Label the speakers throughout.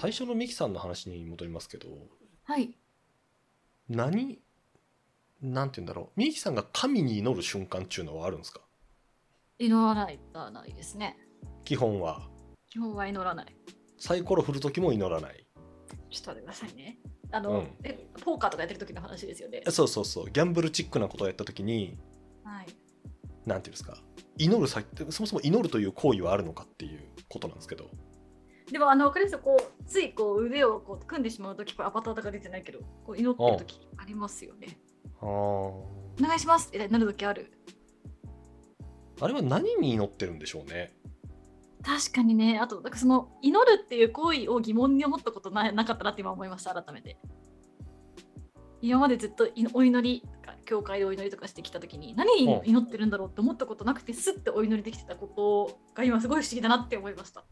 Speaker 1: 初のミキさんの話に戻りますけど、
Speaker 2: はい。
Speaker 1: 何、なんて言うんだろう。ミキさんが神に祈る瞬間っていうのはあるんですか
Speaker 2: 祈らないはないですね。
Speaker 1: 基本は。
Speaker 2: 基本は祈らない。
Speaker 1: サイコロ振る時も祈らない。
Speaker 2: ちょっと待ってくださいね。あの、
Speaker 1: うん
Speaker 2: えポーカーとかやってる時の話ですよね。
Speaker 1: そうそうそう。ギャンブルチックなことをやった時に、
Speaker 2: は
Speaker 1: な
Speaker 2: い。
Speaker 1: んて言うんですか。祈る先、そもそも祈るという行為はあるのかっていうことなんですけど。
Speaker 2: でもあのわかりますこうついこう腕をこう組んでしまう時こうアバターとか出てないけどこう祈ってる時ありますよね。
Speaker 1: あ
Speaker 2: お願いしますってなる時ある。
Speaker 1: あれは何に祈ってるんでしょうね。
Speaker 2: 確かにね、あと、なんかその祈るっていう行為を疑問に思ったことななかったなって今思いました、改めて。今までずっといお祈りとか、教会でお祈りとかしてきたときに、何に
Speaker 1: うん
Speaker 2: 祈ってるんだろうって思ったことなくて、すってお祈りできてたことが今すごい不思議だなって思いました。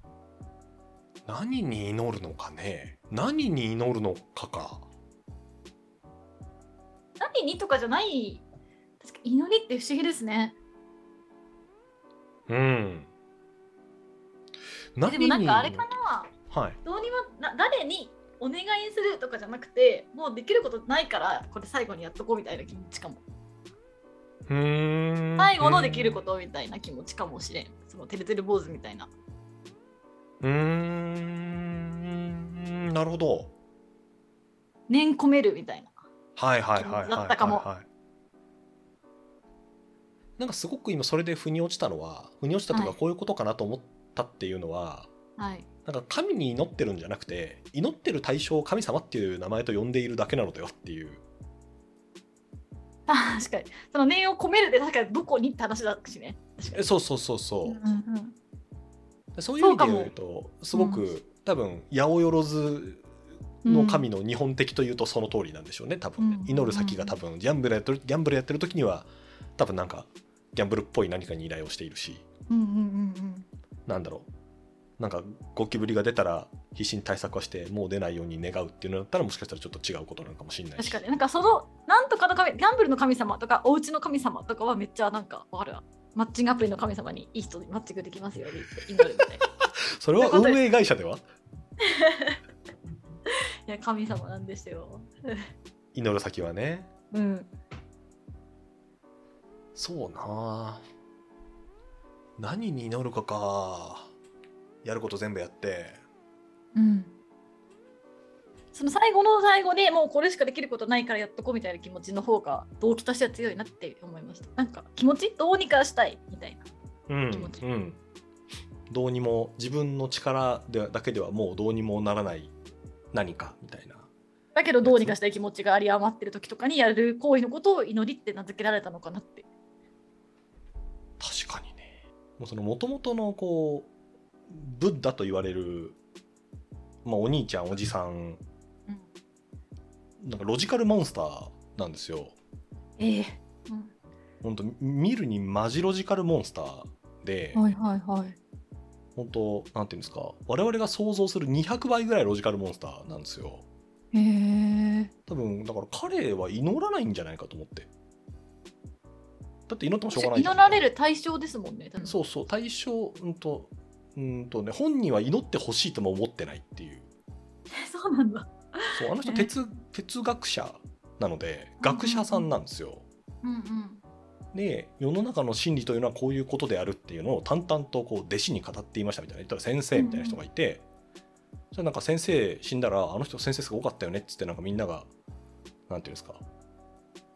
Speaker 1: 何に祈るのかね。何に祈るのかか。
Speaker 2: 何にとかじゃない、確かに祈りって不思議ですね。
Speaker 1: うん。
Speaker 2: でもなんかあれかな、
Speaker 1: はい。
Speaker 2: どうにもな誰にお願いするとかじゃなくて、もうできることないから、これ最後にやっとこうみたいな気持ちかも。最
Speaker 1: 最
Speaker 2: 後のできることみたいな気持ちかもしれん。そのてるてる坊主みたいな。
Speaker 1: うーんなるほど
Speaker 2: 念込めるみたいな。
Speaker 1: はいはいはいはいはいはい
Speaker 2: だったかも
Speaker 1: なんかすごく今それで腑に落ちたのは腑に落ちたと
Speaker 2: は
Speaker 1: か
Speaker 2: い
Speaker 1: こういうことかなと思ったっていうのは、
Speaker 2: はい。
Speaker 1: なんか神に祈ってるんじゃなくて祈ってる対象を神様っていう名前と呼んでいるだけなのだよっていう
Speaker 2: 確かに。その念を込めるで、確かにどこにって話だしね。確か
Speaker 1: え
Speaker 2: に。
Speaker 1: そうそうそうそう、
Speaker 2: うんうん
Speaker 1: でそういう意味で言うとすごく、
Speaker 2: う
Speaker 1: 多分八百万の神の日本的というとその通りなんでしょうね多分ね、
Speaker 2: うん
Speaker 1: 祈る先が多分ギャンブルやってるギャンブルやってる時には多分なんかギャンブルっぽい何かに依頼をしているし
Speaker 2: うんうんうんうん。
Speaker 1: なんだろうなんかゴキブリが出たら必死に対策はしてもう出ないように願うっていうのだったらもしかしたらちょっと違うことなのかもしれないし
Speaker 2: 確かに。なんかその、なんとかの神、ギャンブルの神様とか、お家の神様とかはめっちゃなんか、わかるわ。マッチングアプリの神様にいい人にマッチングできますようにって祈るみたいな。
Speaker 1: それは運営会社ではい
Speaker 2: や、神様なんですよ。
Speaker 1: 祈る先はね
Speaker 2: うん。
Speaker 1: そうなあ何に祈るかかやること全部やって
Speaker 2: うんその最後の最後でもうこれしかできることないからやっとこうみたいな気持ちの方が動機としては強いなって思いましたなんか気持ちどうにかしたいみたいな
Speaker 1: うん
Speaker 2: 気持ち
Speaker 1: うん、どうにも自分の力ではだけではもうどうにもならない何かみたいな
Speaker 2: だけどどうにかしたい気持ちがあり余ってる時とかにやる行為のことを祈りって名付けられたのかなって
Speaker 1: 確かにねもうその元々のこうブッダと言われる、まあ、お兄ちゃんおじさん
Speaker 2: うん
Speaker 1: なんかロジカルモンスターなんですよ
Speaker 2: ええ
Speaker 1: 本当見るにマジロジカルモンスターで
Speaker 2: いはいはい
Speaker 1: 本当なんていうんですか我々が想像する200倍ぐらいロジカルモンスターなんですよ
Speaker 2: へえ
Speaker 1: 多分だから彼は祈らないんじゃないかと思ってだって祈ってもしょうがないじゃん
Speaker 2: 祈られる対象ですもんね多分
Speaker 1: そうそう対象うんとうんとね本人は祈ってほしいとも思ってないっていう
Speaker 2: そうなんだ
Speaker 1: そうあの人
Speaker 2: ね
Speaker 1: 哲哲学者なので
Speaker 2: うんうんうん
Speaker 1: 学者さんなんですよ
Speaker 2: うんうん
Speaker 1: で世の中の真理というのはこういうことであるっていうのを淡々とこう弟子に語っていましたみたいな言ったら先生みたいな人がいて、それなんか先生死んだらあの人先生すごかったよねっつってなんかみんながなんていうんですか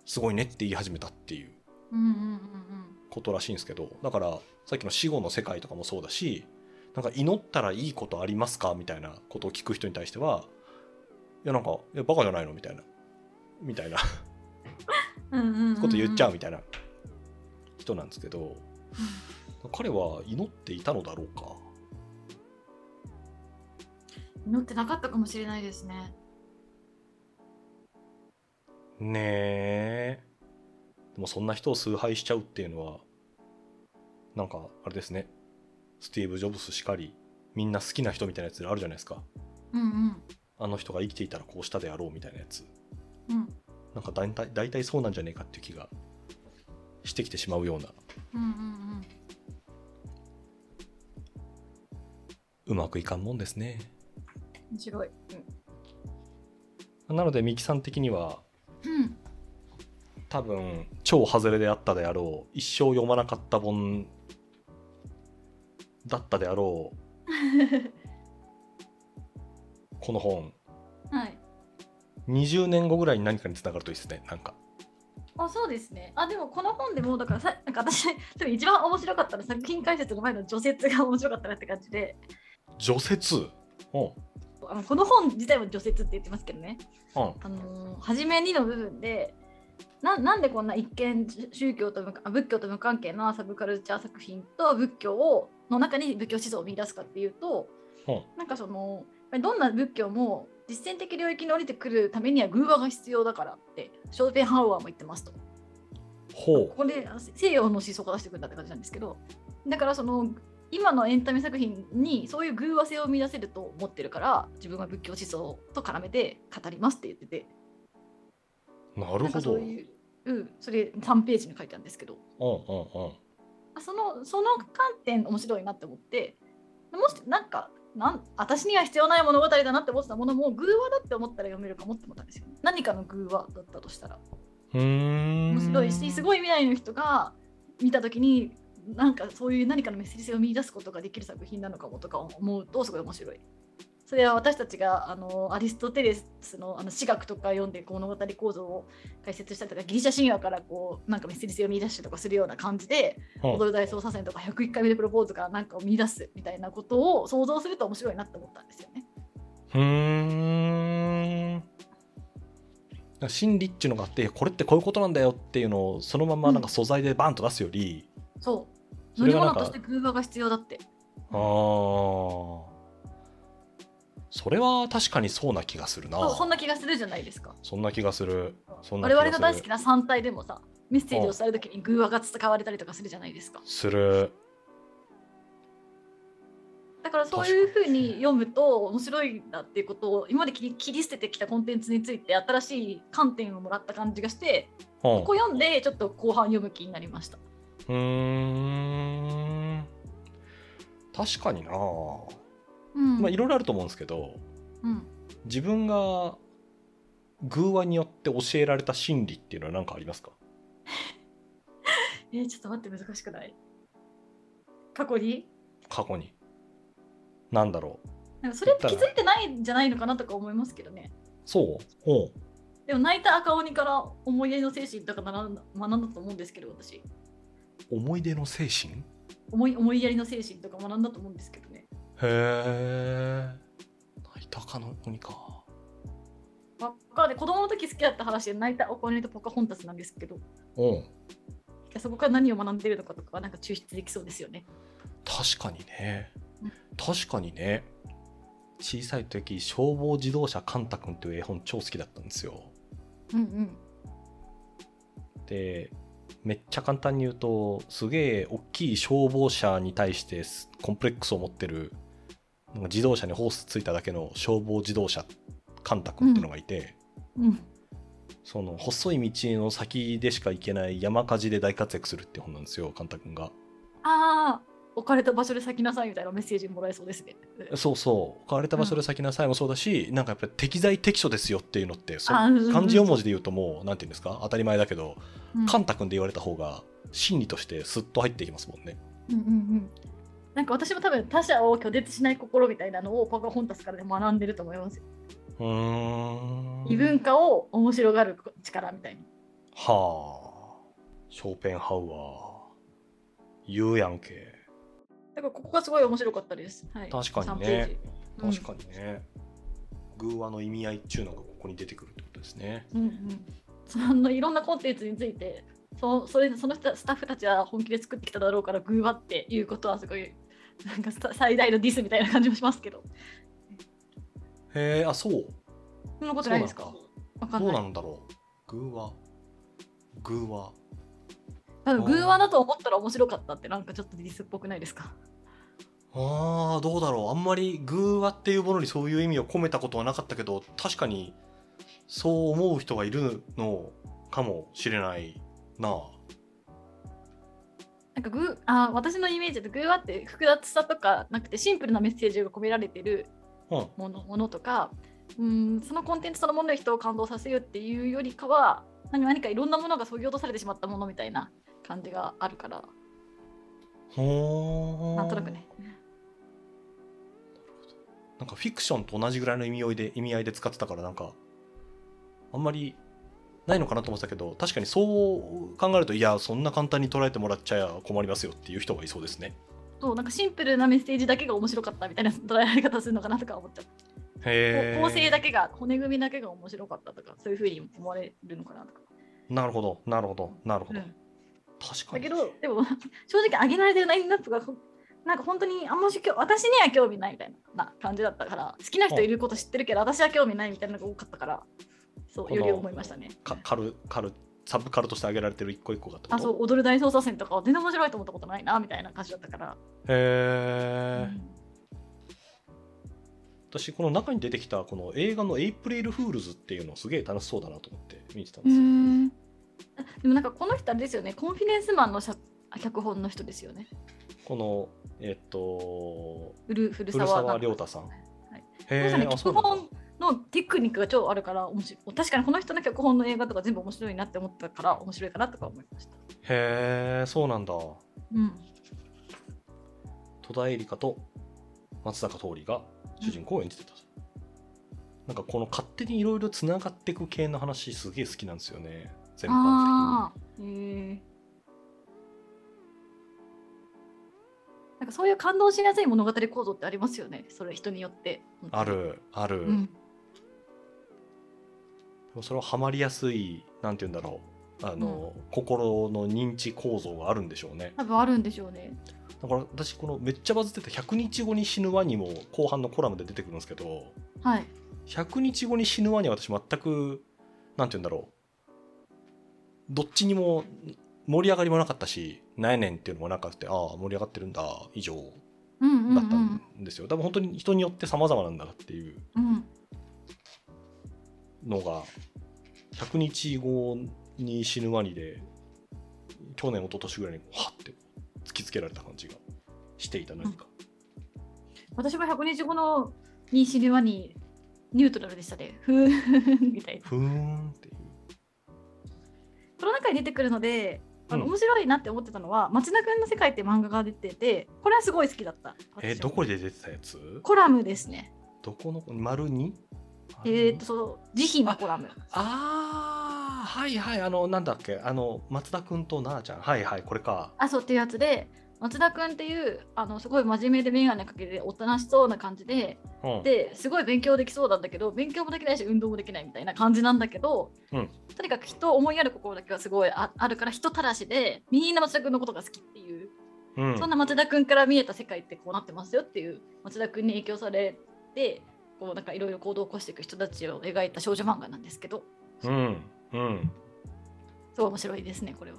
Speaker 1: すごいねって言い始めたっていう
Speaker 2: うんうんうん
Speaker 1: ことらしいんですけどだからさっきの死後の世界とかもそうだしなんか祈ったらいいことありますかみたいなことを聞く人に対してはいやなんかいやバカじゃないのみたいなみたいな
Speaker 2: うんうんうんうん
Speaker 1: こと言っちゃうみたいな人なんですけど彼は祈っていたのだろうか
Speaker 2: うん祈ってなかったかもしれないですね
Speaker 1: ねえでもそんな人を崇拝しちゃうっていうのはなんかあれですねスティーブ・ジョブスしかりみんな好きな人みたいなやつあるじゃないですか
Speaker 2: うんうん
Speaker 1: あの人が生きていたらこうしたであろうみたいなやつ
Speaker 2: うん
Speaker 1: なんか大体大体そうなんじゃねえかっていう気がしてきてしまうような
Speaker 2: うんうんうん
Speaker 1: うまくいかんもんですね
Speaker 2: 面白い。
Speaker 1: なので三木さん的には
Speaker 2: うん。うん、
Speaker 1: 多分超外れであったであろう一生読まなかった本だったであ ろうこの本
Speaker 2: はい。
Speaker 1: 20年後ぐらいに何かにつながるといいですねなんか
Speaker 2: あ、そうですね。あ、でもこの本でもうだからさ、なんか私、 多分一番面白かったのは作品解説の前の除雪が面白かったなって感じで、
Speaker 1: 除雪うん
Speaker 2: あのこの本自体も除雪って言ってますけどね。
Speaker 1: うん
Speaker 2: あのー初めにの部分でななんでこんな一見宗教と無あ仏教と無関係なサブカルチャー作品と仏教をの中に仏教思想を見出すかっていうと、
Speaker 1: うん
Speaker 2: なんかそのどんな仏教も実践的領域に降りてくるためには偶話が必要だからってショーペンハウアーも言ってますと。こ
Speaker 1: ほ
Speaker 2: こであ西洋の思想を出してくるんだって感じなんですけどだからその今のエンタメ作品にそういう偶話性を生み出せると思ってるから自分は仏教思想と絡めて語りますって言ってて
Speaker 1: うなる
Speaker 2: なん
Speaker 1: ほ
Speaker 2: か
Speaker 1: ど
Speaker 2: そういう、うん、それ3ページに書いてあるんですけど
Speaker 1: うんうんうん
Speaker 2: あそのその観点面白いなって思ってもしなんかなん私には必要ない物語だなって思ってたものも偶話だって思ったら読めるかもって思ったんですよ、ね、何かの偶話だったとしたら
Speaker 1: うーん
Speaker 2: 面白いしす
Speaker 1: い
Speaker 2: ごい未来の人が見た時になんかそういう何かのメッセージ性を見出すことができる作品なのかもとか思うとすごい面白い。それは私たちがあのアリストテレスのあの私学とか読んで物語構造を解説したりとかギリシャ神話からこうなんかメッセージ性を見出したりとかするような感じで「
Speaker 1: うん
Speaker 2: 踊る大捜査線」とか「101回目でプロポーズ」からなんかを見出すみたいなことを想像すると面白いなって思ったんですよね。
Speaker 1: うーん心理っちゅうのがあってこれってこういうことなんだよっていうのをそのままなんか素材でバンと出すより、
Speaker 2: そう
Speaker 1: そ
Speaker 2: 乗
Speaker 1: れ
Speaker 2: り
Speaker 1: がなん
Speaker 2: 物
Speaker 1: か
Speaker 2: として偶話が必要だって。
Speaker 1: あーそれは確かにそうな気がするな
Speaker 2: そうそんな気がするじゃないですか。
Speaker 1: そんな気がするそんな
Speaker 2: 我
Speaker 1: 気がする
Speaker 2: 々の大好きな三体でもさメッセージをされる時に偶話が使われたりとかするじゃないですか
Speaker 1: する
Speaker 2: だからそういうふうに読むと面白いんだっていうことを今まで切り切り捨ててきたコンテンツについて新しい観点をもらった感じがして
Speaker 1: うん
Speaker 2: ここ読んでちょっと後半読む気になりました
Speaker 1: うーん確かにな
Speaker 2: うん、
Speaker 1: まあいろいろあると思うんですけど
Speaker 2: うん
Speaker 1: 自分が偶話によって教えられた心理っていうのは何かありますか
Speaker 2: えーちょっと待って難しくない過去に
Speaker 1: 過去になんだろう
Speaker 2: なんかそれって気づいてないんじゃないのかなとか思いますけどね
Speaker 1: そうおう
Speaker 2: でも泣いた赤鬼から思いやりの精神とかなら学んだ学んだと思うんですけど私
Speaker 1: 思い出の精神へ
Speaker 2: 思い思いやりの精神とか学んだと思うんですけどね
Speaker 1: え泣いたかの鬼か
Speaker 2: ばっかで子供の時好きだった話で泣いたお金とポカホンタスなんですけど
Speaker 1: おうん
Speaker 2: そこから何を学んでるのかとかはなんか抽出できそうですよね。
Speaker 1: 確かにね
Speaker 2: うん
Speaker 1: 確かにね小さい時消防自動車カンタ君っていう絵本超好きだったんですよ
Speaker 2: うんうん。
Speaker 1: でめっちゃ簡単に言うとすげえ大きい消防車に対してすコンプレックスを持ってるなんか自動車にホースついただけの消防自動車カンタ君っていうのがいて、
Speaker 2: うん、
Speaker 1: その細い道の先でしか行けない山火事で大活躍するっていう本なんですよカンタ君が
Speaker 2: ああ置かれた場所で咲きなさいみたいなメッセージもらえそうですね。
Speaker 1: そうそう置かれた場所で先なさいもそうだし、なんかやっぱり適材適所ですよっていうのってそ
Speaker 2: あうんうんうん
Speaker 1: 漢字4文字で言うともうなんていうんですか当たり前だけど、
Speaker 2: うん
Speaker 1: カンタ君で言われた方が心理としてスッと入ってきますもんね
Speaker 2: うんうんうん。なんか私も多分他者を拒絶しない心みたいなのをポカホンタスからでも学んでると思いますよ。
Speaker 1: うーん
Speaker 2: 異文化を面白がる力みたいな。
Speaker 1: はあショーペンハウアー言うやんけ
Speaker 2: だからここがすごい面白かったです。はい、
Speaker 1: 確かにね
Speaker 2: 3ページ。うん
Speaker 1: 確かにね、偶話の意味合いっていうのがここに出てくるってことですね
Speaker 2: うんうん、そのいろんなコンテンツについてそそれその人スタッフたちは本気で作ってきただろうからグーワっていうことはすごいなんかさ最大のディスみたいな感じもしますけど
Speaker 1: へえあそう
Speaker 2: そんなことないですか
Speaker 1: そうな
Speaker 2: わかん
Speaker 1: どう
Speaker 2: な
Speaker 1: ないんだろう偶話偶話
Speaker 2: 多分グーワだと思ったら面白かったってなんかちょっとディスっぽくないですか
Speaker 1: あーどうだろうあんまり偶話っていうものにそういう意味を込めたことはなかったけど確かにそう思う人がいるのかもしれないな
Speaker 2: なんかグーあー私のイメージでグーワって複雑さとかなくてシンプルなメッセージが込められてる
Speaker 1: うん
Speaker 2: ものものとかうんそのコンテンツそのもので人を感動させようっていうよりかは何何かいろんなものがそぎ落とされてしまったものみたいな感じがあるから
Speaker 1: ほー
Speaker 2: なんとなくね。
Speaker 1: なんかフィクションと同じぐらいの意味合いで意味合いで使ってたからなんかあんまりないのかなと思ってたけど確かにそう考えるといやそんな簡単に捉えてもらっちゃ困りますよっていう人がいそうですね
Speaker 2: そうなんかシンプルなメッセージだけが面白かったみたいな捉えられ方するのかなとか思っちゃった
Speaker 1: へえ
Speaker 2: 構成だけが骨組みだけが面白かったとかそういうふうに思われるのかなとか、
Speaker 1: なるほどなるほどなるほど、
Speaker 2: うん
Speaker 1: 確か
Speaker 2: だ
Speaker 1: に
Speaker 2: けどでも 正直上げられてるラインナップがほんなんか本当にあんまし興私には興味ないみたいなな感じだったから好きな人いること知ってるけど私は興味ないみたいなのが多かったからそう
Speaker 1: この
Speaker 2: より思いましたね
Speaker 1: かカルカルサブカルとして挙げられてる一個一個がってこと
Speaker 2: あそう踊る大捜査線とかは全然面白いと思ったことないなみたいな感じだったから、
Speaker 1: へえ、
Speaker 2: うん
Speaker 1: 私この中に出てきたこの映画の「エイプリルフールズ」っていうのすげえ楽しそうだなと思って見てたん
Speaker 2: う
Speaker 1: ですよ、
Speaker 2: んでもなんかこの人あれですよねコンフィデンスマンのしゃ脚本の人ですよね
Speaker 1: このえっと
Speaker 2: うる古
Speaker 1: 古
Speaker 2: 澤
Speaker 1: 澤亮太さん、
Speaker 2: い
Speaker 1: へ
Speaker 2: 確か
Speaker 1: え
Speaker 2: に
Speaker 1: あそ
Speaker 2: 脚
Speaker 1: うなんだ
Speaker 2: 本のテクニックが超あるから面白い確かにこの人の脚本の映画とか全部面白いなって思ったから面白いかなとか思いました。
Speaker 1: へえそうなんだ
Speaker 2: うん、
Speaker 1: 戸田恵梨香と松坂桃李が主人公を演じてた、なんかこの勝手にいろいろつながっていく系の話すげえ好きなんですよね全般
Speaker 2: ああへえ。なんかそういう感動しやすい物語構造ってありますよね。それ人によって。
Speaker 1: 的にあ。るある、
Speaker 2: う
Speaker 1: で
Speaker 2: ん。
Speaker 1: もそれはハマりやすいなんて言うんだろうあの、心の認知構造があるんでしょうね
Speaker 2: 多分あるんでしょうね。
Speaker 1: だから私このめっちゃバズってた「100日後に死ぬワニ」も後半のコラムで出てくるんですけど
Speaker 2: はい。
Speaker 1: 100日後に死ぬワニは私全くなんて言うんだろうどっちにも盛り上がりもなかったし何やねんっていうのもなくてああ盛り上がってるんだ以上
Speaker 2: うんうん、うん。
Speaker 1: だったんですよ、多分本当に人によって様々なんだなっていう
Speaker 2: うん。
Speaker 1: のが100日後に死ぬワニで去年一昨年ぐらいにハッて突きつけられた感じがしていた何か、
Speaker 2: 私も100日後のに死ぬワにニュートラルでしたね。ふーんみたいな。
Speaker 1: ふーんっていう
Speaker 2: その中に出てくるので、あの
Speaker 1: うん
Speaker 2: 面白いなって思ってたのは「町田くんの世界」って漫画が出ててこれはすごい好きだった
Speaker 1: え
Speaker 2: 私は
Speaker 1: どこで出てたやつ
Speaker 2: コラムですね
Speaker 1: どこの丸に
Speaker 2: えー、っとその慈悲のコラム
Speaker 1: ああはいはいあのなんだっけあの松田君と奈々ちゃんはいはいこれか
Speaker 2: あそうっていうやつで町田くんっていうあのすごい真面目で眼鏡かけておとなしそうな感じで
Speaker 1: うん
Speaker 2: ですごい勉強できそうなんだけど勉強もできないし運動もできないみたいな感じなんだけど、
Speaker 1: うん
Speaker 2: とにかく人を思いやる心だけはすごいああるから人たらしでみんな町田くんのことが好きっていう
Speaker 1: うん
Speaker 2: そんな町田君から見えた世界ってこうなってますよっていう町田君に影響されてこうなんかいろいろ行動を起こしていく人たちを描いた少女漫画なんですけど
Speaker 1: うんうん
Speaker 2: すごい面白いですねこれは。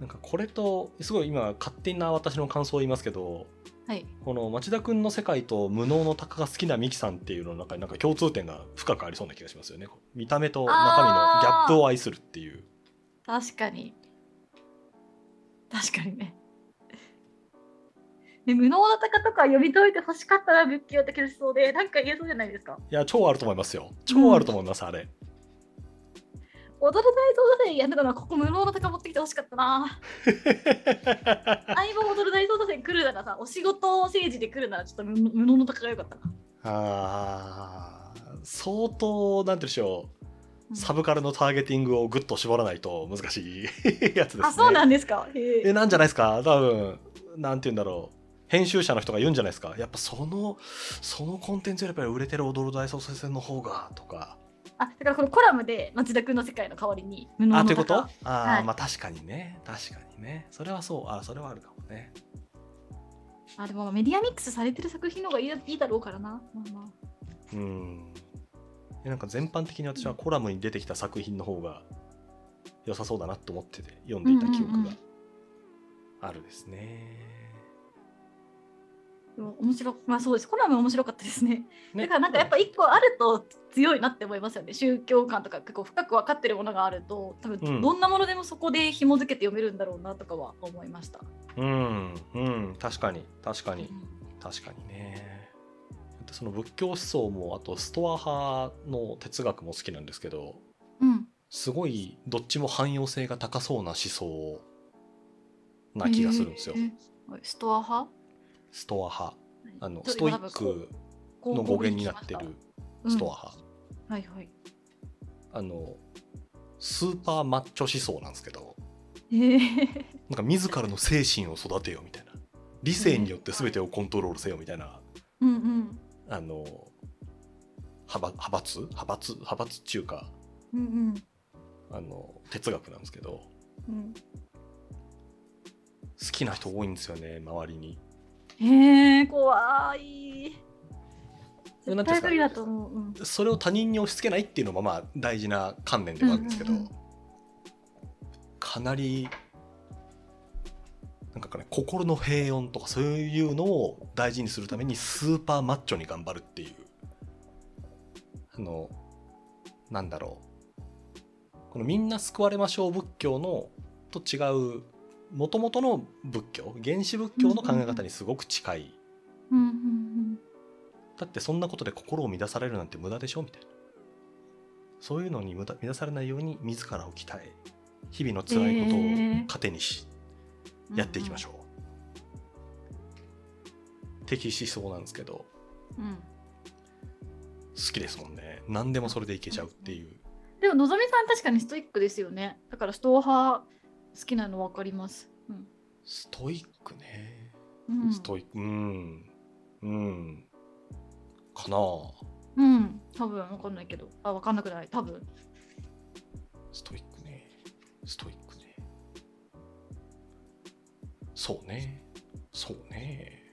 Speaker 1: なんかこれとすごい今勝手な私の感想を言いますけど
Speaker 2: はい、
Speaker 1: この町田君の世界と無能の鷹が好きなミキさんっていうのの中になんか共通点が深くありそうな気がしますよね見た目と中身のギャップを愛するっていう
Speaker 2: 確かに確かに ね。で無能の鷹とか読み解いて欲しかったら仏教的な思想でなんか言えそうじゃないですか。
Speaker 1: いや超あると思いますよ超あると思います、あれ
Speaker 2: 踊る大捜査線やるならここ無能の鷹持ってきて欲しかった な。相棒踊る大捜査線来るならさお仕事政治で来るならちょっと無無能の鷹が良かったな。
Speaker 1: あー相当なんて言うんでしょう
Speaker 2: うん
Speaker 1: サブカルのターゲティングをぐっと絞らないと難しいやつですね。
Speaker 2: あそうなんですか。へえ
Speaker 1: えなんじゃないですか多分なんて言うんだろう編集者の人が言うんじゃないですかやっぱそのそのコンテンツよりやっぱり売れてる踊る大捜査線の方がとか
Speaker 2: あだからこのコラムで町田君の世界の代わりに無能
Speaker 1: あ
Speaker 2: の
Speaker 1: ということ
Speaker 2: 方
Speaker 1: あ
Speaker 2: は
Speaker 1: ー
Speaker 2: い
Speaker 1: まあ確かにね確かにねそれはそうあそれはあるかもね
Speaker 2: あでもメディアミックスされてる作品の方がいいいいだろうからな。まあまあ
Speaker 1: うんえなんか全般的に私はコラムに出てきた作品の方が良さそうだなと思ってて読んでいた記憶があるですね、
Speaker 2: でも面白まあそうです。コラム面白かったですね。
Speaker 1: ね
Speaker 2: だからなんかやっぱ一個あると強いなって思いますよね。宗教観とか結構深く分かってるものがあると
Speaker 1: う
Speaker 2: 多
Speaker 1: ん
Speaker 2: 分どんなものでもそこで紐づけて読めるんだろうなとかは思いました。
Speaker 1: うん、うん、確かに、確か
Speaker 2: う
Speaker 1: に、
Speaker 2: ん
Speaker 1: 確かにね。その仏教思想もあとストア派の哲学も好きなんですけど
Speaker 2: うん。
Speaker 1: すごいどっちも汎用性が高そうな思想な気がするんですよ、
Speaker 2: へーストア派
Speaker 1: ストア派あの
Speaker 2: ちょっ
Speaker 1: ス
Speaker 2: と
Speaker 1: トイ
Speaker 2: 今多分
Speaker 1: ックの語源になってるストア派、
Speaker 2: うんはいはい。
Speaker 1: あのスーパーマッチョ思想なんですけど
Speaker 2: へえ。
Speaker 1: なんか自らの精神を育てよみたいな理性によって全てをコントロールせよみたいな、
Speaker 2: うんうん。
Speaker 1: あの派閥派閥派閥派閥っていうか
Speaker 2: うん
Speaker 1: あの哲学なんですけど
Speaker 2: うん。
Speaker 1: 好きな人多いんですよね周りに
Speaker 2: うん、へえ、怖い。
Speaker 1: なんていうん
Speaker 2: 絶
Speaker 1: です
Speaker 2: 対
Speaker 1: か
Speaker 2: 無理だと思う。うん、
Speaker 1: それを他人に押し付けないっていうのもまあ大事な観念ではあるんですけど、
Speaker 2: うんうんうん
Speaker 1: かなりなんかね心の平穏とかそういうのを大事にするためにスーパーマッチョに頑張るっていうあのなんだろうこの「みんな救われましょう」仏教のと違う元々の仏教原始仏教の考え方にすごく近い、
Speaker 2: うんうん
Speaker 1: だってそんなことで心を乱されるなんて無駄でしょみたいなそういうのに無駄乱されないように自らを鍛え日々の辛いことを
Speaker 2: えー
Speaker 1: 糧にし、
Speaker 2: うん。
Speaker 1: やっていきましょう、適しそうなんですけど
Speaker 2: う。うん。
Speaker 1: 好きですもんね何でもそれでいけちゃうっていう
Speaker 2: でも、のぞみさん確かにストイックですよね。だからストア派好きなのわかります。うん。
Speaker 1: ストイックね、
Speaker 2: うん、
Speaker 1: ストイックうんうんかなあ
Speaker 2: うん。多分わかんないけど。あ、わかんなくない。多分。
Speaker 1: ストイックねストイックねそうねそうね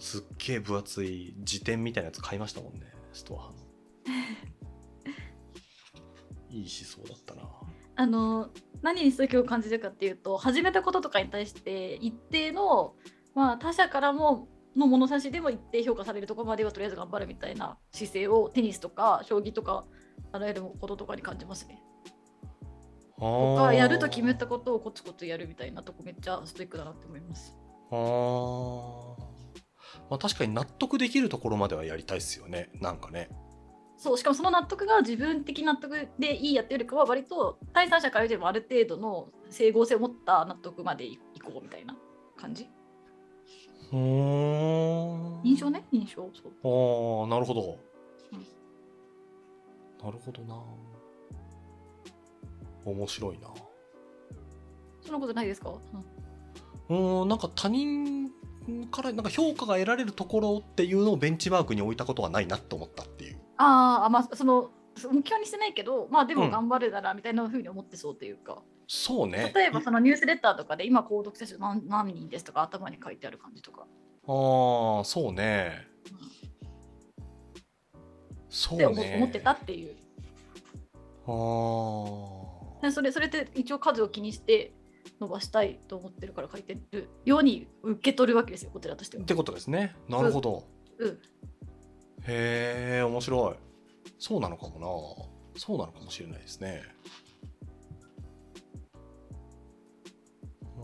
Speaker 1: すっげえ分厚い辞典みたいなやつ買いましたもんねストア 派のいい思想だったな
Speaker 2: あの何にそういう気を感じるかっていうと始めたこととかに対して一定の、まあ、他者からもの物差しでも一定評価されるところまではとりあえず頑張るみたいな姿勢をテニスとか将棋とかあらゆることとかに感じますね。と
Speaker 1: あ
Speaker 2: かやると決めたことをコツコツやるみたいなとこめっちゃストイックだなって思います。
Speaker 1: あーまあ確かに納得できるところまではやりたいっすよねなんかね
Speaker 2: そうしかもその納得が自分的納得でいいやっていうよりかは割と第三者から見てもある程度の整合性を持った納得までいいこうみたいな感じ
Speaker 1: うーん
Speaker 2: 印象ね印象そう
Speaker 1: あーなるほど、
Speaker 2: うん
Speaker 1: なるほどな面白いな
Speaker 2: そんなことないですか、うん
Speaker 1: うーんなんか他人からなんか評価が得られるところっていうのをベンチマークに置いたことはないなと思ったっていう
Speaker 2: あーあまあそのそ目標にしてないけどまあで
Speaker 1: う
Speaker 2: も
Speaker 1: ん
Speaker 2: 頑張るならみたいなふうに思ってそうというか、
Speaker 1: そうね
Speaker 2: 例えばそのニュースレターとかで今購読者数何何人ですとか頭に書いてある感じと
Speaker 1: あ
Speaker 2: か
Speaker 1: あそうね
Speaker 2: うん
Speaker 1: そ
Speaker 2: っ
Speaker 1: う
Speaker 2: て
Speaker 1: ね
Speaker 2: 思,、思ってたっていう
Speaker 1: あー
Speaker 2: でそれそれって一応数を気にして伸ばしたいと思ってるから書いてるように受け取るわけですよこちらとしては
Speaker 1: っ。てことですねなるほど、
Speaker 2: うん
Speaker 1: へえ面白いそうなのかもなそうなのかもしれないですねう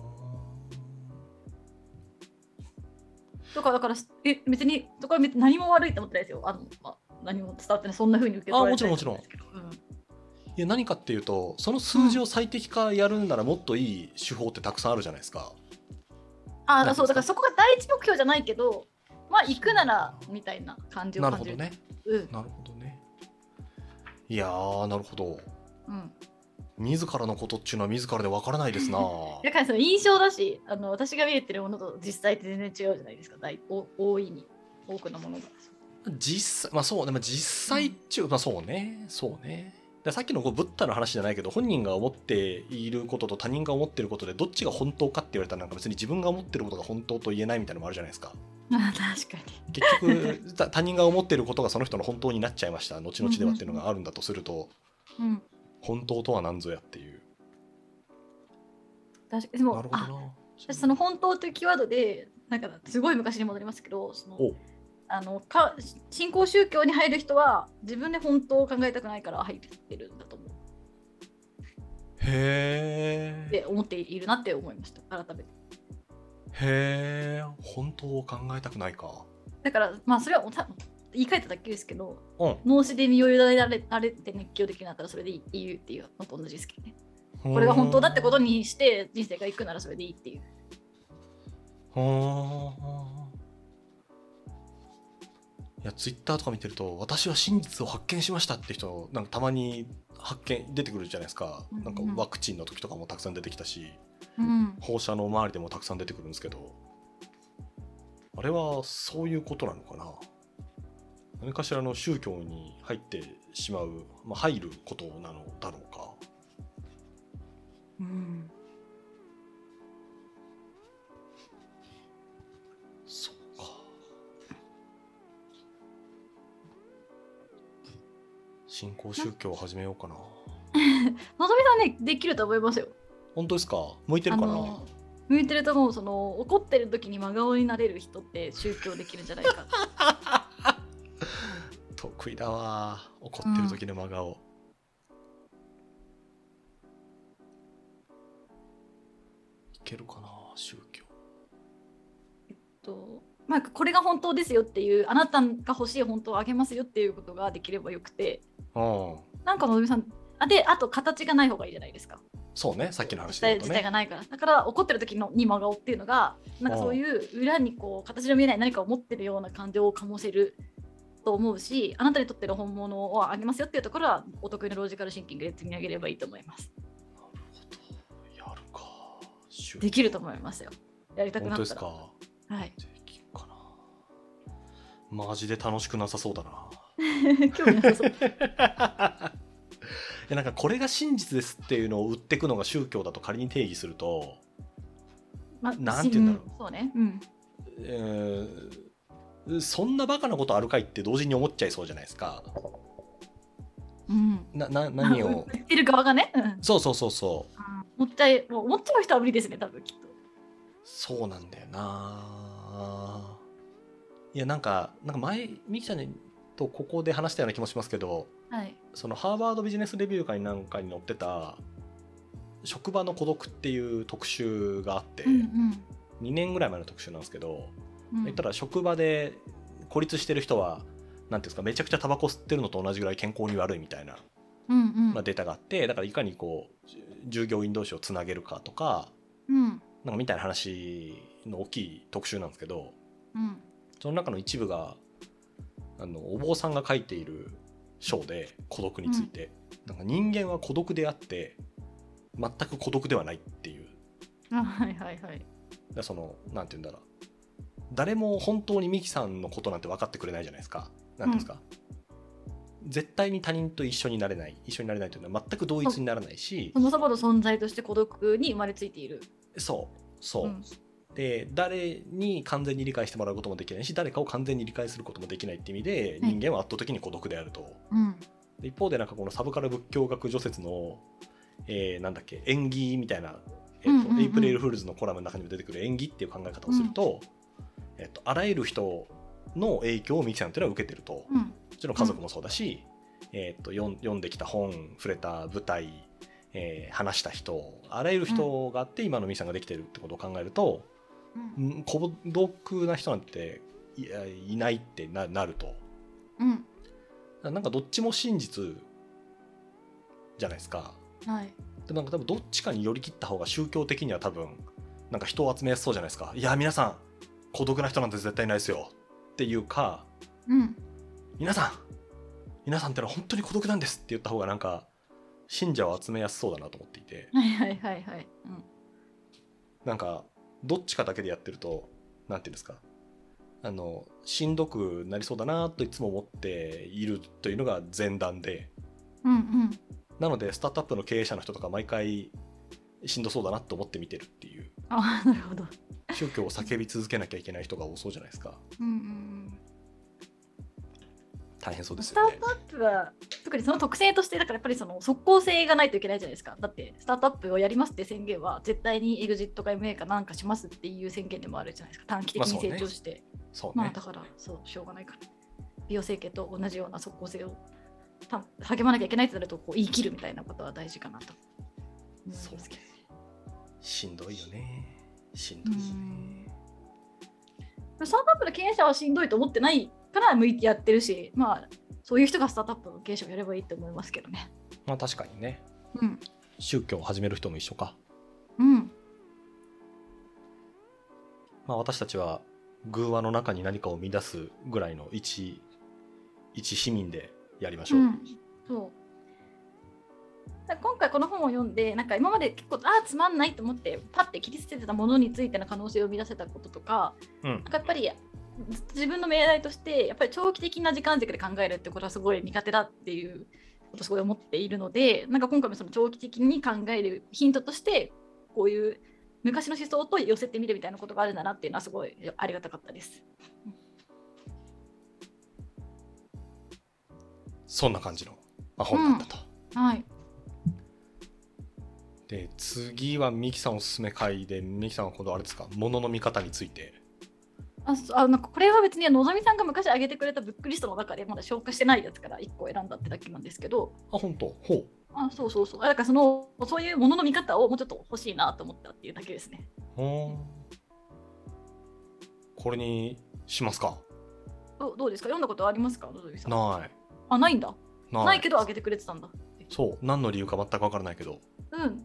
Speaker 2: とかだからえ別にそこは別に何も悪いと思ってないですよあの、まあ、何も伝わってないそんなふうに受け取られてない
Speaker 1: あもちろんも
Speaker 2: と思うんですけど
Speaker 1: ーんいや何かっていうとその数字を最適化やるならもっといい手法ってたくさんあるじゃないですか、
Speaker 2: うん
Speaker 1: な
Speaker 2: あ
Speaker 1: ん
Speaker 2: ー
Speaker 1: てい
Speaker 2: そ
Speaker 1: ですか
Speaker 2: ううんだからそこが第一目標じゃないけどまあ行くならみたいな感じを
Speaker 1: なるほ
Speaker 2: 感
Speaker 1: ど
Speaker 2: じる
Speaker 1: ね
Speaker 2: うん
Speaker 1: なるほどねいやーなるほど
Speaker 2: うん、
Speaker 1: 自らのことっちゅうのは自らでわからないですな
Speaker 2: だからその印象だしあの私が見えてるものと実際って全然違うじゃないですか大お大いに多くのもの が。
Speaker 1: 実際まあそうでも実際っちゅう、まあそうねそうねだからさっきのこうブッダの話じゃないけど本人が思っていることと他人が思っていることでどっちが本当かって言われたらなんか別に自分が思っていることが本当と言えないみたいなのもあるじゃないですか
Speaker 2: あ確かに。
Speaker 1: 結局 た他人が思っていることがその人の本当になっちゃいました後々ではっていうのがあるんだとすると
Speaker 2: うん、
Speaker 1: 本当とは何ぞやっていう
Speaker 2: 確かにでも
Speaker 1: なるほど
Speaker 2: あ
Speaker 1: な
Speaker 2: 私その本当というキーワードでなんかすごい昔に戻りますけどその
Speaker 1: お
Speaker 2: あのか信仰宗教に入る人は自分で本当を考えたくないから入ってるんだと思う
Speaker 1: へえ
Speaker 2: って思っているなって思いました改めて。
Speaker 1: へえ本当を考えたくないか
Speaker 2: だからまあそれはた言い換えただけですけど
Speaker 1: うん
Speaker 2: 脳死で身を委ねられられて熱狂できるんだったらそれでいいいいっていうのと同じですけどねこれが本当だってことにして人生がいくならそれでいいっていう
Speaker 1: うーんいやツイッターとか見てると私は真実を発見しましたって人なんかたまに発見出てくるじゃないですか
Speaker 2: うんうん
Speaker 1: なんかワクチンの時とかもたくさん出てきたし
Speaker 2: うん
Speaker 1: 放射能周りでもたくさん出てくるんですけどあれはそういうことなのかな何かしらの宗教に入ってしまう、まあ、入ることなのだろうか
Speaker 2: うん
Speaker 1: そうか新興宗教を始めようかな
Speaker 2: のぞみさんねできると思いますよ
Speaker 1: 本当ですか向いてるかな、
Speaker 2: あの向いてると思うその怒ってる時に真顔になれる人って宗教できるんじゃないか
Speaker 1: 得意だわ怒ってる時の真顔、いけるかな宗教
Speaker 2: とまあこれが本当ですよっていうあなたが欲しい本当をあげますよっていうことができればよくて
Speaker 1: うん
Speaker 2: なんかのぞみさんあであと形がない方がいいじゃないですか
Speaker 1: そうねさっきの話
Speaker 2: 伝
Speaker 1: で言
Speaker 2: え
Speaker 1: うと
Speaker 2: 自体
Speaker 1: ね
Speaker 2: がないからだから怒ってる時のに真顔っていうのがなんかそういう裏にこう形の見えない何かを持ってるような感情を醸せると思うしあなたにとっての本物をあげますよっていうところはお得意のロジカルシンキングで積み上げればいいと思います
Speaker 1: やるか宗教
Speaker 2: できると思いますよやりたく
Speaker 1: 本
Speaker 2: な
Speaker 1: 当
Speaker 2: っ
Speaker 1: です
Speaker 2: たら
Speaker 1: か
Speaker 2: はい、
Speaker 1: できるかなマジで楽しくなさそうだな
Speaker 2: 興味なさそう
Speaker 1: いやなんかこれが真実ですっていうのを売ってくのが宗教だと仮に定義すると、
Speaker 2: まあ
Speaker 1: なんて言うんだろう
Speaker 2: 信そうねうん
Speaker 1: えーそんなバカなことあるかいって同時に思っちゃいそうじゃないですか
Speaker 2: うん
Speaker 1: なな何 を
Speaker 2: 言ってる側がね、うん、
Speaker 1: そうそうそうそう
Speaker 2: もったいもう思っちゃう人は無理ですね多分きっと
Speaker 1: そうなんだよないやなんかなんか前ミキちゃんとここで話したような気もしますけど
Speaker 2: はい
Speaker 1: そのハーバードビジネスレビュー会なんかに載ってた職場の孤独っていう特集があって、
Speaker 2: うん
Speaker 1: 2年ぐらい前の特集なんですけど、
Speaker 2: うん
Speaker 1: 言ったら職場で孤立してる人はなんていうんですかめちゃくちゃタバコ吸ってるのと同じぐらい健康に悪いみたいな、
Speaker 2: うんうん
Speaker 1: まあ、データがあってだからいかにこうじ従業員同士をつなげるかとか
Speaker 2: うん
Speaker 1: なんかみたいな話の大きい特集なんですけど
Speaker 2: うん
Speaker 1: その中の一部があのお坊さんが書いている章で孤独について、なんか人間は孤独であって全く孤独ではないっていう
Speaker 2: あはいはいはい
Speaker 1: だからそのなんて言うんだろう誰も本当にミキさんのことなんて分かってくれないじゃないですかなんていうんですか、絶対に他人と一緒になれない一緒になれないというのは全く同一にならないし
Speaker 2: そもそもの存在として孤独に生まれついている。
Speaker 1: そうそう、
Speaker 2: うん
Speaker 1: で誰に完全に理解してもらうこともできないし誰かを完全に理解することもできないって意味で
Speaker 2: はい
Speaker 1: 人間は圧倒的に孤独であると、
Speaker 2: うん
Speaker 1: で一方でなんかこのサブカル仏教学除雪の、えーなんだっけ縁起みたいな、えーと
Speaker 2: うんうんうん
Speaker 1: エイプリルフールズのコラムの中にも出てくる縁起っていう考え方をすると,、えっとあらゆる人の影響をミキさんっていうのは受けてると
Speaker 2: う
Speaker 1: も
Speaker 2: ん
Speaker 1: ちろん家族もそうだし、えっと読ん読んできた本触れた舞台、えー話した人あらゆる人があって今のミキさんができてるってことを考えると、
Speaker 2: うん
Speaker 1: うん、孤独な人なんていやいないってななると。
Speaker 2: うん
Speaker 1: なんかどっちも真実じゃないですか。
Speaker 2: はい
Speaker 1: でもなんか多分どっちかに寄り切った方が宗教的には多分なんか人を集めやすそうじゃないですか。いや皆さん孤独な人なんて絶対いないですよっていうか
Speaker 2: うん
Speaker 1: 皆さん皆さんってのは本当に孤独なんですって言った方がなんか信者を集めやすそうだなと思っていて
Speaker 2: はいはいはいはいうん
Speaker 1: なんかどっちかだけでやってるとなんていうんですかあのしんどくなりそうだなといつも思っているというのが前段で。
Speaker 2: うんうん
Speaker 1: なのでスタートアップの経営者の人とか毎回しんどそうだなと思って見てるっていう
Speaker 2: あなるほど。
Speaker 1: 宗教を叫び続けなきゃいけない人が多そうじゃないですか
Speaker 2: うんうん
Speaker 1: 大変そう
Speaker 2: うん。
Speaker 1: で
Speaker 2: ス
Speaker 1: す
Speaker 2: タ
Speaker 1: よ
Speaker 2: ー
Speaker 1: ね
Speaker 2: トアップは特にその特性としてだからやっぱりその即効性がないといけないじゃないですか。だってスタートアップをやりますって宣言は絶対にエグジットか MA かなんかしますっていう宣言でもあるじゃないですか。短期的
Speaker 1: ま
Speaker 2: に
Speaker 1: あそうね
Speaker 2: 成長して。
Speaker 1: そう
Speaker 2: まあ
Speaker 1: ね
Speaker 2: だからそうしょうがないから美容整形と同じような即効性をた励まなきゃいけないってなるとこう言い切るみたいなことは大事かなと思います
Speaker 1: そうね
Speaker 2: けど
Speaker 1: しんどいよねしんどいよね
Speaker 2: スタートアップの経営者はしんどいと思ってないから向いてやってるし、まあ、そういう人がスタートアップの経営者をやればいいと思いますけどね。
Speaker 1: まあ確かにね
Speaker 2: うん。
Speaker 1: 宗教を始める人も一緒か、
Speaker 2: うん。
Speaker 1: まあ、私たちは偶話の中に何かを見出すぐらいの一一市民でやりましょう、
Speaker 2: うん、そうだから今回この本を読んでなんか今まで結構ああつまんないと思ってパッて切り捨ててたものについての可能性を生み出せたこととか
Speaker 1: うん
Speaker 2: なんかやっぱりずっと自分の命題としてやっぱり長期的な時間軸で考えるってことはすごい苦手だっていうことをすごい思っているのでなんか今回もその長期的に考えるヒントとしてこういう昔の思想と寄せてみるみたいなことがあるんだなっていうのはすごいありがたかったです。
Speaker 1: そんな感じのまあ本だったと、
Speaker 2: はい、
Speaker 1: で次はミキさんおすすめ会でミキさんは今度あれですかものの見方について
Speaker 2: あそうあなんかこれは別にのぞみさんが昔あげてくれたブックリストの中でまだ消化してないやつから1個選んだってだけなんですけど
Speaker 1: あ本当ほ
Speaker 2: あそうそうそうあだからそのそういうものの見方をもうちょっと欲しいなと思ったっていうだけですね
Speaker 1: うほーこれにしますか
Speaker 2: どうどうですか読んだことありますかのぞみさん
Speaker 1: ない
Speaker 2: あないんだ
Speaker 1: ない
Speaker 2: ないけどあげてくれてたんだ
Speaker 1: そう何の理由か全く分からないけど
Speaker 2: うん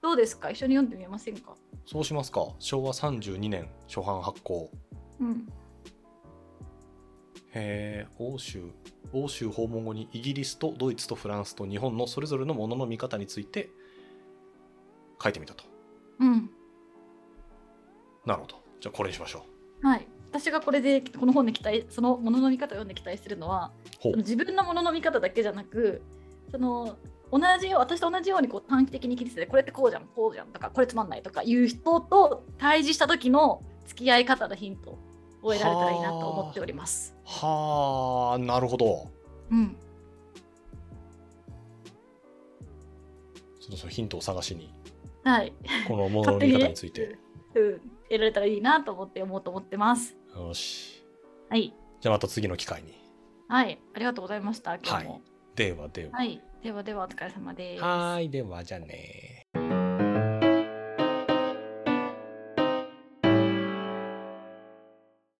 Speaker 2: どうですか一緒に読んでみませんか
Speaker 1: そうしますか昭和32年初版発行
Speaker 2: うん
Speaker 1: へえ欧州欧州訪問後にイギリスとドイツとフランスと日本のそれぞれのものの見方について書いてみたと
Speaker 2: うん
Speaker 1: なるほどじゃあこれにしましょ
Speaker 2: はい私がこれでこの本で期待そのものの見方を読んで期待してるのは
Speaker 1: うほ
Speaker 2: その
Speaker 1: う
Speaker 2: 自分のものの見方だけじゃなくその同じよう私と同じようにこう短期的に切り捨ててこれってこうじゃんこうじゃんとかこれつまんないとかいう人と対峙した時の付き合い方のヒントを得られたらいいなと思っております。
Speaker 1: はあなるほど
Speaker 2: うん、
Speaker 1: そのそのヒントを探しに
Speaker 2: はい、
Speaker 1: このものの
Speaker 2: 勝手
Speaker 1: 見
Speaker 2: に
Speaker 1: 方
Speaker 2: ね
Speaker 1: について、
Speaker 2: うん、得られたらいいなと思って思うと思ってます。
Speaker 1: よし
Speaker 2: はい、
Speaker 1: じゃあまた次の機会に
Speaker 2: はい、ありがとうございました。今日も。
Speaker 1: ではでは
Speaker 2: はい、ではではお疲れ様です。
Speaker 1: はーいではじゃあねー